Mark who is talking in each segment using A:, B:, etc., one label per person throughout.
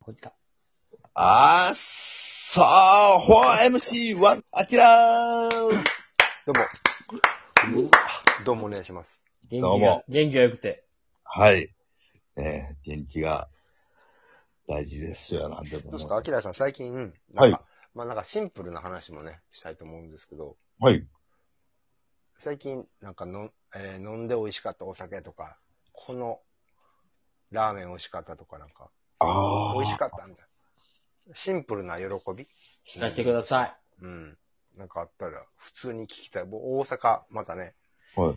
A: こっちか。
B: あーさあ、ホア MC1、アキラー
C: どうも。どうもお願いします。
A: 元
B: どう
A: 気が
B: も、
A: 元気が良くて。
B: はい。ねえ、元気が大事ですよな、でも。
C: どうですか、アキラさん、最近、なんか、
B: はい
C: まあなんかシンプルな話もね、したいと思うんですけど、
B: はい。
C: 最近、なんかの、えー飲んで美味しかったお酒とか、このラーメン美味しかったとか、なんか、
B: あ
C: 美味し
B: あ。
C: かったみたいな。シンプルな喜び
A: 聞かせてください。
C: うん。なんかあったら、普通に聞きたい。僕大阪、またね、
B: は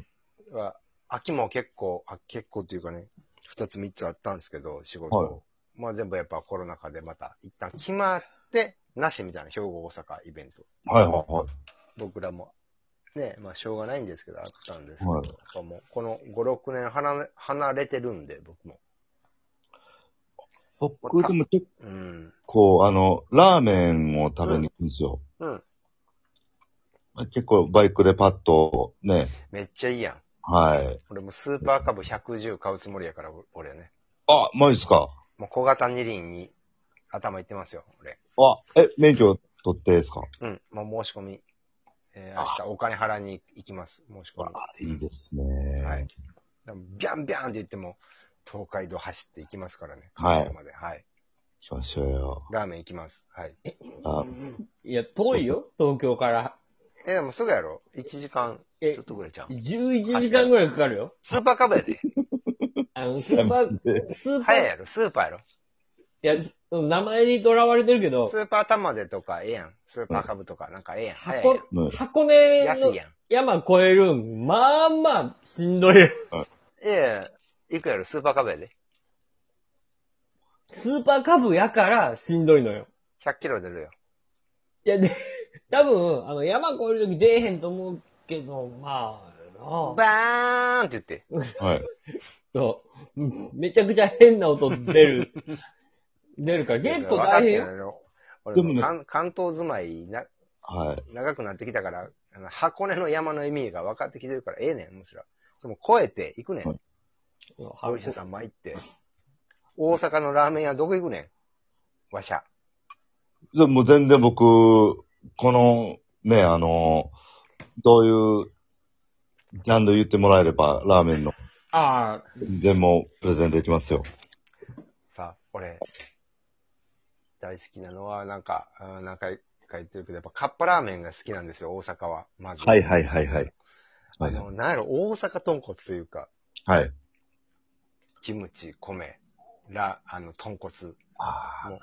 B: い。
C: は秋も結構、あ結構っていうかね、二つ三つあったんですけど、仕事、
B: はい
C: まあ全部やっぱコロナ禍でまた一旦決まって、なしみたいな、兵庫、大阪イベント。
B: はい、はい、はい。
C: 僕らも、ね、まあしょうがないんですけど、あったんですけど、
B: はい
C: やっぱもうこの5、6年離れ離れてるんで、僕も。
B: 僕でも結
C: うん。
B: 構、あの、ラーメンを食べに行くんですよ。
C: うん。
B: 結構バイクでパッと、ね、
C: めっちゃいいやん。
B: はい。
C: 俺もスーパーカブ110買うつもりやから、俺ね。
B: あ、マジっすか
C: もう小型二輪に頭いってますよ、俺。
B: あ、え、免許取ってですか
C: うん。もう申し込み。えー明日お金払いに行きます。申し込み。
B: あいいですね。
C: はい。でもビャンビャンって言っても、東海道走っていきますからね。
B: はい
C: 関西まで。はい。
B: 行きましょうよ。
C: ラーメン行きます。はい。
B: あ
A: いや、遠いよ、東京から。
C: え、でもすぐやろ ?1 時間、
A: え
C: ちょっとぐらいちゃう
A: 11時間ぐらいかかるよ。
C: スーパーカブやで。
A: あの、スーパー、スーパ
C: 早い
A: ー、い
C: やろスーパーやろ
A: や、名前にとらわれてるけど
C: ス、ーパー玉でとかええやん。スーパーカブとかなんかええやん。早いや
A: 箱
C: ん。、
B: うん
A: 箱根
C: 安い
A: の
C: やん。
A: 山越えるん、まあまあ、しんどい。
C: ええ、いくやろスーパーカブやで。
A: スーパーカブやから、しんどいのよ。
C: 100キロ出るよ。
A: いや、で、多分、あの、山越えるとき出えへんと思うけど、まあ、なあ
C: バーンって言って。
B: はい。
A: そう。うんめちゃくちゃ変な音出 る。出るから、結構大変
C: わかって
A: よ。
C: んやろ俺
B: でも
C: も
B: ね
C: 関関東住まいな、
B: はい。
C: 長くなってきたから、あの箱根の山の意味が分かってきてるからええねん、むしろ。その越えて行くねん
B: はい。
C: お医者さん参って。大阪のラーメン屋どこ行くねんわしゃ。
B: でも全然僕、この、ね、あの、どういう、ジャンル言ってもらえれば、ラーメンの、
A: ああ、
B: でもうプレゼンできますよ。
C: さあ、俺、大好きなのは、なんか、うん何回か言ってるけど、やっぱカッパラーメンが好きなんですよ、大阪は。まず。
B: はいはいはいはい。は
C: あ
B: い
C: の、なんやろ、大阪豚骨というか、
B: はい。
C: キムチ、米、ラ、あの、豚骨。
B: あ
C: あっ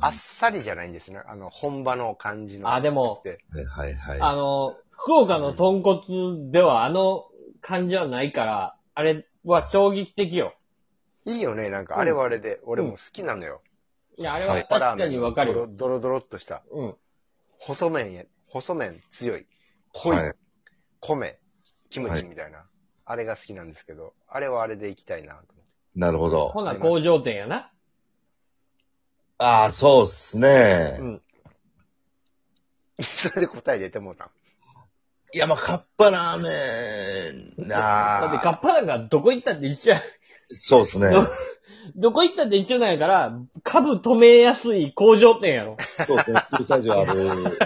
B: あ。
C: さりじゃないんですね。あの、本場の感じの。
A: あでも
C: って
B: はいはいはい。
A: あの、福岡の豚骨ではあの感じはないから、あれは衝撃的よ。
C: いいよね、なんか、あれはあれで。俺も好きなのよ。
A: いや、あれ
B: は
A: はい確かにわかる
C: ドロ
A: よ。
C: ドロドロっとした。
A: うん。
C: 細麺や、細麺強い。濃い。
B: はい
C: 米。キムチみたいな、あれが好きなんですけど、あれはあれで行きたいなと思って。
B: なるほ
A: ほ
B: ど。
A: な、工場店やな。
B: ああ、そうっすね。
A: うん。
C: それで答え出て もうたん。
B: いや、まあ、カッパラーメン、
A: だってカ
B: なあ。
A: ッパなんかどこ行ったって一緒や。
B: そうっす ね。
A: どどこ行ったって一緒なんやから、株止めやすい工場店 やろ。
B: そうっすね。駐車場あ る。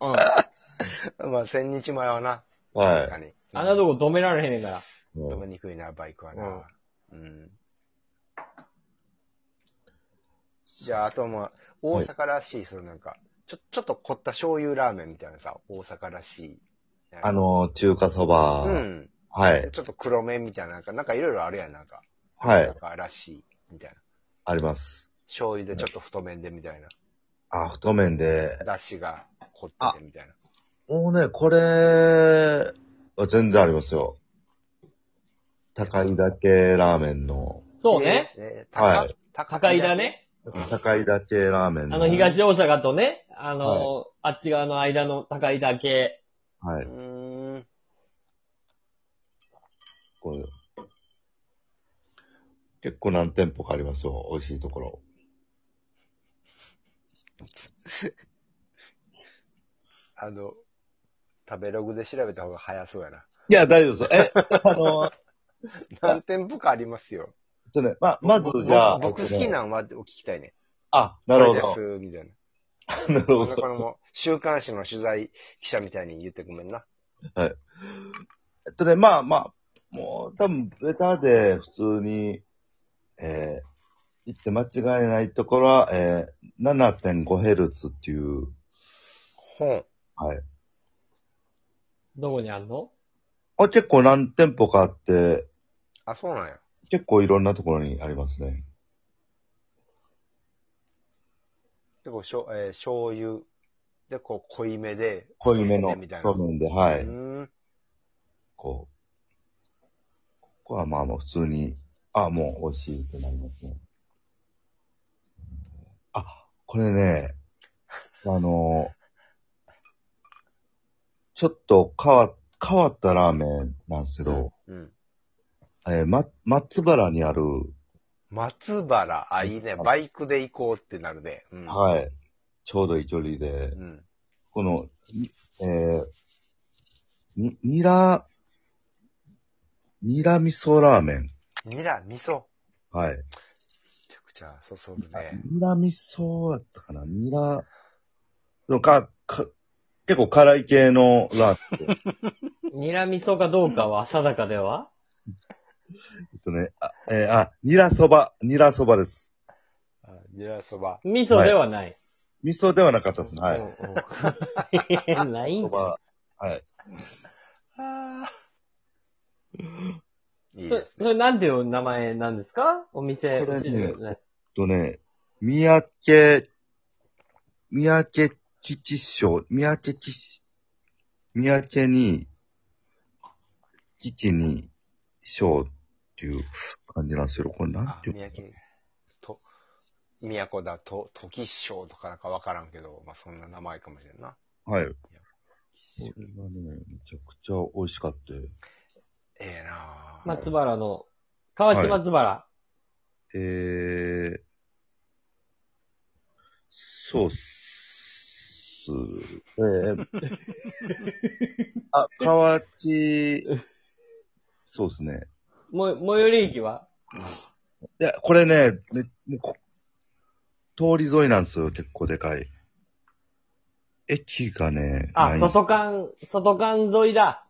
A: うん。
C: まあ、千日前はな。
B: は
C: 確か
B: い。
C: に。
A: あんなとこ止められへんねんから。
C: 止
B: も
C: めにくいな、バイクはな。うん。じゃあ、あともう、大阪らしい、そのなんか、ちょ、ちょっと凝った醤油ラーメンみたいなさ、大阪らしい。
B: うあ、の、中華そば。
C: うん。
B: は
C: で
B: い。
C: ちょっと黒麺みたいな、なんか、なんかいろいろあるやん、なんか。
B: はい。
C: なんからしい、みたいな。
B: あります。
C: 醤油でちょっと太麺でみたいな。
B: あ、太麺で。
C: だしが凝っててみたいな。
B: もうね、これ、全然ありますよ。高いだけラーメンの、
A: そうね。
C: えー。えー
B: は
C: 高
B: い
C: 高
A: 高井だね。。
B: 高いだけラーメンの。
A: あの、東大阪とね、あの、あっち側の間の高いだ け。
B: は
C: う
B: い。
C: ーん。
B: こう結構何店舗かありますよ、美味しいところ。
C: あの、食べログで調べた方が早そうやな。
B: いや、大丈夫です。え、あの、
C: 何店舗かありますよ。
B: そうね。まあ、まず、じゃあ。
C: 僕僕好きなんはを聞きたいね。
B: あ、なるほ
C: こ
B: ど。
C: れです、みたいな。
B: なるほ
C: だから
B: ど。
C: もう、週刊誌の取材記者みたいに言ってごめんな。
B: えっとね、まあまあ、もう、多分、ベタで普通に、えー、言って間違いないところは、えー、7.5Hz っていう、
C: 本。
B: はい。
A: どこにあんの
B: あ結構何店舗かあって、
C: あ、そうなんや。
B: 結構いろんなところにありますね。
C: で、こう、しょえー醤油。で、こう、濃いめで。
B: 濃いめの
C: みたい
B: そ
C: な。
B: うめんで、は
C: う
B: い。
C: ーん。
B: こう。ここはまあまあ普通に、あもう美味しいってなりますね。あ、これね、あの、ちょっと変わ、変わったラーメンなんですけど、
C: うん。
B: えーま、松原にある、
C: 松原。あ、いいね。バイクで行こうってなるで。うん。
B: はい、ちょうどいい距離で、
C: うん。
B: この、にえー、に、ニラ、ニラ味噌ラーメン。
C: ニラ、味噌。
B: はい。
C: めちゃくちゃそそるね。
B: ニラ味噌だったかなニラ、のか、か、結構辛い系のラーメンで。
A: ニラ味噌かどうかは定かでは
B: えっとね、あ、えーあ、ニラそば、ニラそばです。
C: あニラそば。
A: 味噌ではない。
B: 味噌ではなかったですね。は
A: うん
B: い。
A: うん ない
B: そ
A: んか。
B: ば、はい。
C: あーいい
A: それ
C: です
A: そ
C: ね。
A: れなんていう名前なんですかお店。
B: これね
A: え
B: えっとね、三宅、三宅吉祥、三宅吉、三宅に、吉に、祥っていう感じなんですけど、これなん
C: あ、
B: ていう
C: 三宅、と、都だ、と、時師匠とかなんかわからんけど、まあ、そんな名前かもしれんな。
B: はい。これがね、めちゃくちゃ美味しかった。
C: ええなぁ。
A: 松原の、河内松原。
B: えー、そうっす。えー、 あ、河内、そうっすね。
A: も、最寄り駅はい
B: や、これね、めもうこ通り沿いなんですよ、結構でかい。駅がね、な
A: あ、
B: い
A: 外間、外間沿いだ。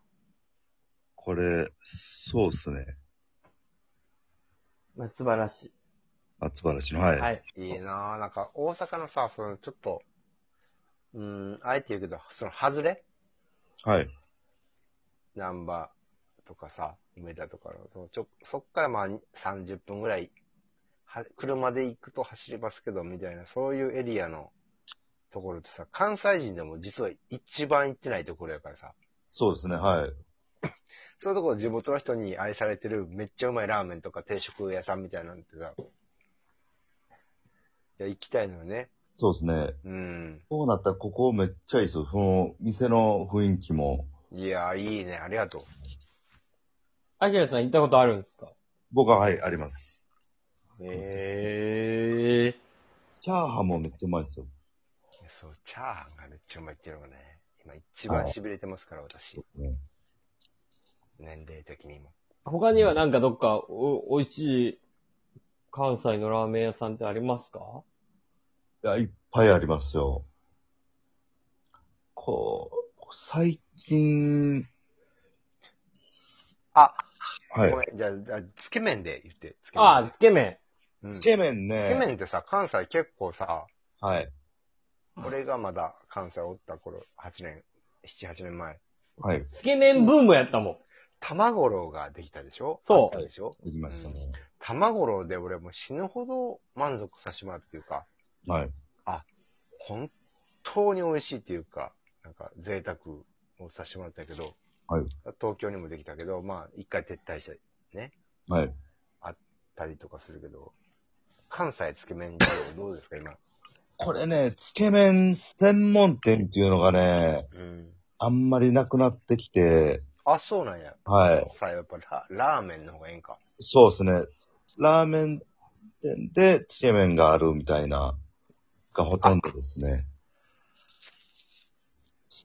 B: これ、そうっすね。
A: 松原市。
B: 松原市の、はい。
A: はい。
C: いいなぁ。なんか、大阪のさ、その、ちょっと、うーん、あえて言うけど、その、外れ
B: はい。
C: 難波とかさ、梅田とかの、そのちょそっからまあ30分ぐらい、は車で行くと走りますけど、みたいな、そういうエリアのところってさ、関西人でも実は一番行ってないところやからさ、
B: そうですね、はい。
C: そういうところ地元の人に愛されてるめっちゃうまいラーメンとか定食屋さんみたいなんてさ、いや、行きたいのよね。
B: そうですね。
C: うん。
B: こうなったらここめっちゃいいですよ。その、店の雰囲気も。
C: いや、いいね。ありがとう。
A: アキラさん行ったことあるんですか
B: 僕は、はい、あります。
A: へえ。
B: チャーハンもめっちゃうまいですよ。
C: そう、チャーハンがめっちゃうまいっていうのがね、今一番痺れてますから、私。
B: ね
C: 年齢的にも。
A: 他にはなんかどっかお、おいしい関西のラーメン屋さんってありますか
B: いや、いっぱいありますよ。こう、最近、
C: あ、
B: はい
C: ご。めん、じゃあ、じゃあつけ麺で言って、つけ麺。
A: ああ、つけ麺。
C: うん
B: つ
C: つ
B: け麺ね。
C: け麺ってさ、関西結構さ、
B: はい。
C: 俺がまだ関西おった頃、8年、7、8年前、
B: はい。
A: つけ麺ブームやったもん。
C: 玉五郎ができたでしょ
A: そう
C: あったでしょ
B: できましたね。
C: 玉五郎で俺もう死ぬほど満足させてもらったというか、
B: はい。
C: 本当に美味しいっていうか、なんか贅沢をさせてもらったけど、
B: はい
C: 東京にもできたけど、まあ、一回撤退した
B: はい。
C: たりとかするけど、関西つけ麺事情どうですか、今。
B: これね、つけ麺専門店っていうのがね、
C: うん。
B: あんまりなくなってきて、
C: あ、そうなんや。
B: はい。
C: さあ、やっぱララーメンの方がええんか。
B: そうですね。ラーメン店でつけ麺があるみたいな、がほとんどですね。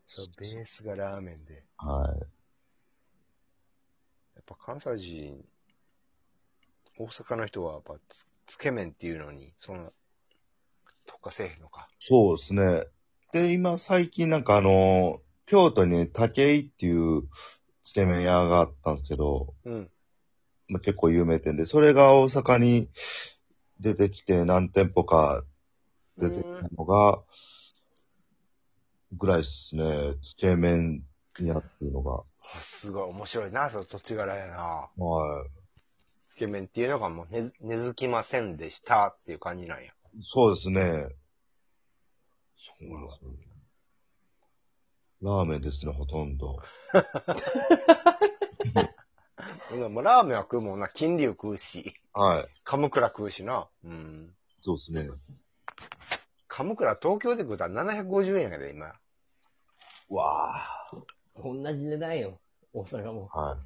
C: そう、ベースがラーメンで。や
B: はい。
C: っぱ関西人、大阪の人はやっぱつ、つけ麺っていうのに、そんな、特化せえへんのか。
B: そうですね。で、今最近なんかあの、京都に竹井っていうつけ麺屋があったんですけど、
C: うん。
B: まあ、結構有名店で、それが大阪に出てきて何店舗か出てきたのが、ぐらいですね。つけ麺屋っていうのが。
C: すごい面白いな、その土地柄やな。
B: はい。
C: つけ麺っていうのがもう根づ根付きませんでしたっていう感じなんや。
B: そうですね。そうなんですよラーメンですね、ほとんど。
C: うんもうラーメンは食うもんな、金龍食うし、
B: はい。
C: カクラ食うしな。うん。
B: そうですね。
C: カムクラ東京で食うたら750円やで、今。
B: わあ。
A: 同じ値段よ。大阪も。
B: は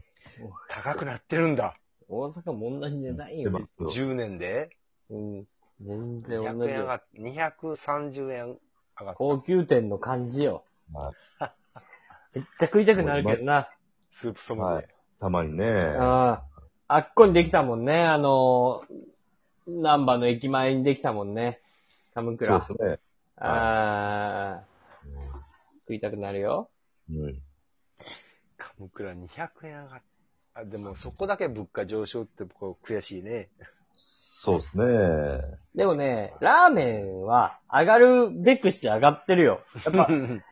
C: 高くなってるんだ。
A: 大阪も同じ値段
B: い。
A: よ。
C: 10年で。
A: うん。全然同じ
C: 200円上
A: よ。
C: がっ、230円上がった。
A: 高級店の感じよ。
B: はい
A: めっちゃ食いたくなるけどな。
C: スープそばで。
B: はいたまにね。
A: ああ。あっこにできたもんね。あのー、南波の駅前にできたもんね。カムク
B: そう
A: ラ。
B: ですね。
A: ああ。食いたくなるよ。
B: うん。
C: カムクラ200円上がっあ、でもそこだけ物価上昇って僕は悔しいね。
B: そうですね。
A: でもね、ラーメンは上がるべくして上がってるよ。やっ ぱ、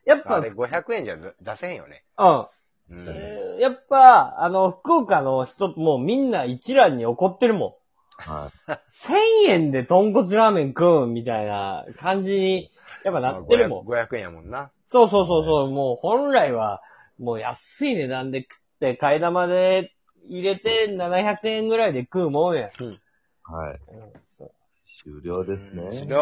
A: やっぱ、
C: あれ500円じゃ出出せんよね。
A: うん。
C: うん
A: えーやっぱ、あの、福岡の人、もうみんな一覧に怒ってるもん。
B: は
A: 1000円で豚骨ラーメン食うんみたいな感じに、やっぱなってるもん。
C: 500 500円やもんな。
A: そうそうそうそう、もう本来は、もう安い値段で食って、替え玉で入れて700円ぐらいで食うもんや。
B: い。はい。終了ですね。
C: 終了